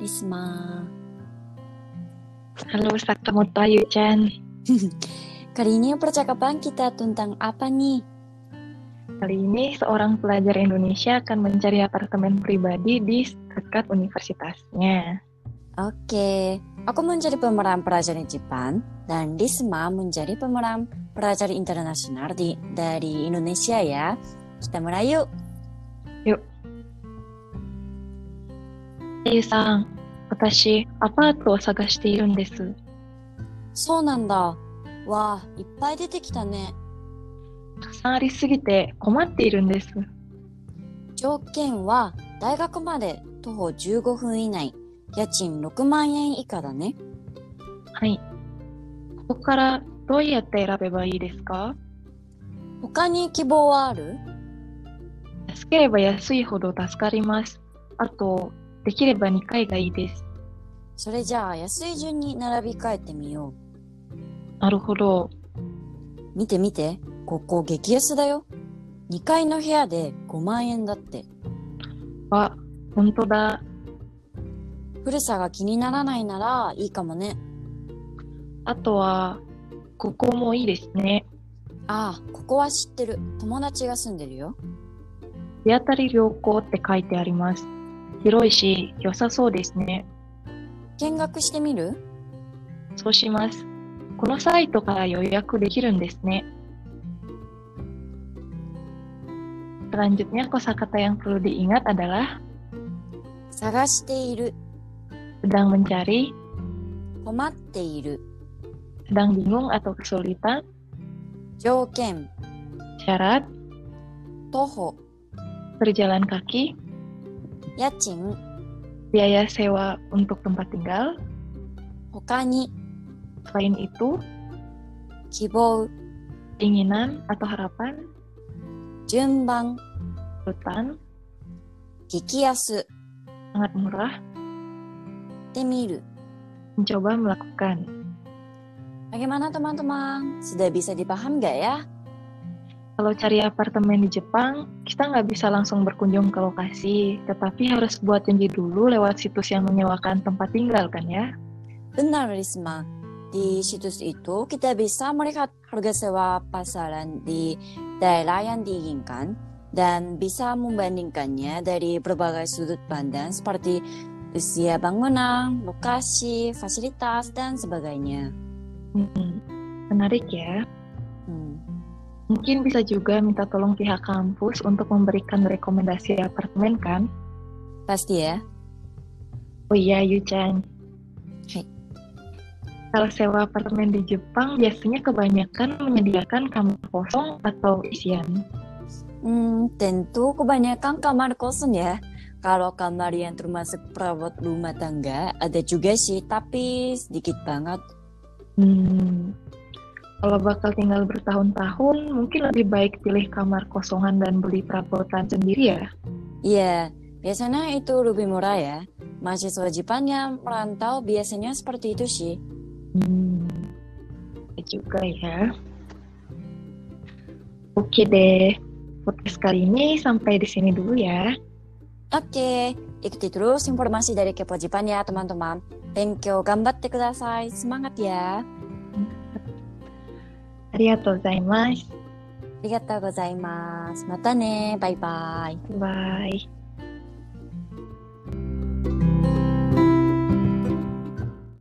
Risma. Halo Ustaz Tomoto Ayu Chan. Kali ini percakapan kita tentang apa nih? Kali ini seorang pelajar Indonesia akan mencari apartemen pribadi di dekat universitasnya. Oke, aku menjadi pemeran pelajar di Jepang dan Risma menjadi pemeran pelajar internasional di, dari Indonesia ya. Kita mulai yuk. Yuk. Ayu san,私、アパートを探しているんです。そうなんだ。わあ、いっぱい出てきたね。たくさんありすぎて困っているんです。条件は大学まで徒歩15分以内、家賃6万円以下だね。はい。ここからどうやって選べばいいですか他に希望はある安ければ安いほど助かります。あと、できれば2回がいいです。それじゃあ安い順に並び替えてみよなるほど。う。見て見て、ここ激安だよ。2階の部屋で5万円だって。あ、本当だ。古さが気にならないならいいかもね。あとは、ここもいいですね。ああ、ここは知ってる。友達が住んでるよ。日当たり良好って書いてあります。広いし、良さそうですね。見学してみるそうします。このサイトから予約できるんですね。Selanjutnya kosakata yang perlu diingat adalah 探している。 sedang mencari, 困っている。 sedang bingung atau kesulitan, 条件、 syarat, 徒歩、 berjalan kaki, 家賃、 biaya sewa untuk tempat tinggal, 他に、 selain itu, 希望、 keinginan atau harapan, 順番、 hutan, 激安、 sangat murah, で見る。 mencoba melakukan. Bagaimana teman-teman? Sudah bisa dipaham gak ya? Kalau cari apartemen di Jepang, kita nggak bisa langsung berkunjung ke lokasi, tetapi harus buat janji dulu lewat situs yang menyewakan tempat tinggal kan ya. Benar Risma. Di situs itu kita bisa melihat harga sewa pasaran di daerah yang diinginkan dan bisa membandingkannya dari berbagai sudut pandang seperti usia bangunan, lokasi, fasilitas, dan sebagainya. Hmm, menarik ya. Hmm. Mungkin bisa juga minta tolong pihak kampus untuk memberikan rekomendasi apartemen kan? Pasti ya. Oh iya, Yuchan. Hai. Kalau sewa apartemen di Jepang, biasanya kebanyakan menyediakan kamar kosong atau isian. Hmm, tentu kebanyakan kamar kosong ya. Kalau kamar yang termasuk perawat rumah tangga ada juga sih, tapi sedikit banget. Hmm. Kalau bakal tinggal bertahun-tahun, mungkin lebih baik pilih kamar kosongan dan beli perabotan sendiri ya. Iya, biasanya itu lebih murah ya. Mahasiswa Jepang yang merantau biasanya seperti itu sih. Hmm. Ya juga ya. Oke deh. Podcast kali ini sampai di sini dulu ya. Oke, ikuti terus informasi dari Kepo Jepang ya teman-teman. Benkyo gambatte kudasai. Semangat ya. Arigatou gozaimasu. Arigatou gozaimasu. Mata ne. Bye-bye. Bye.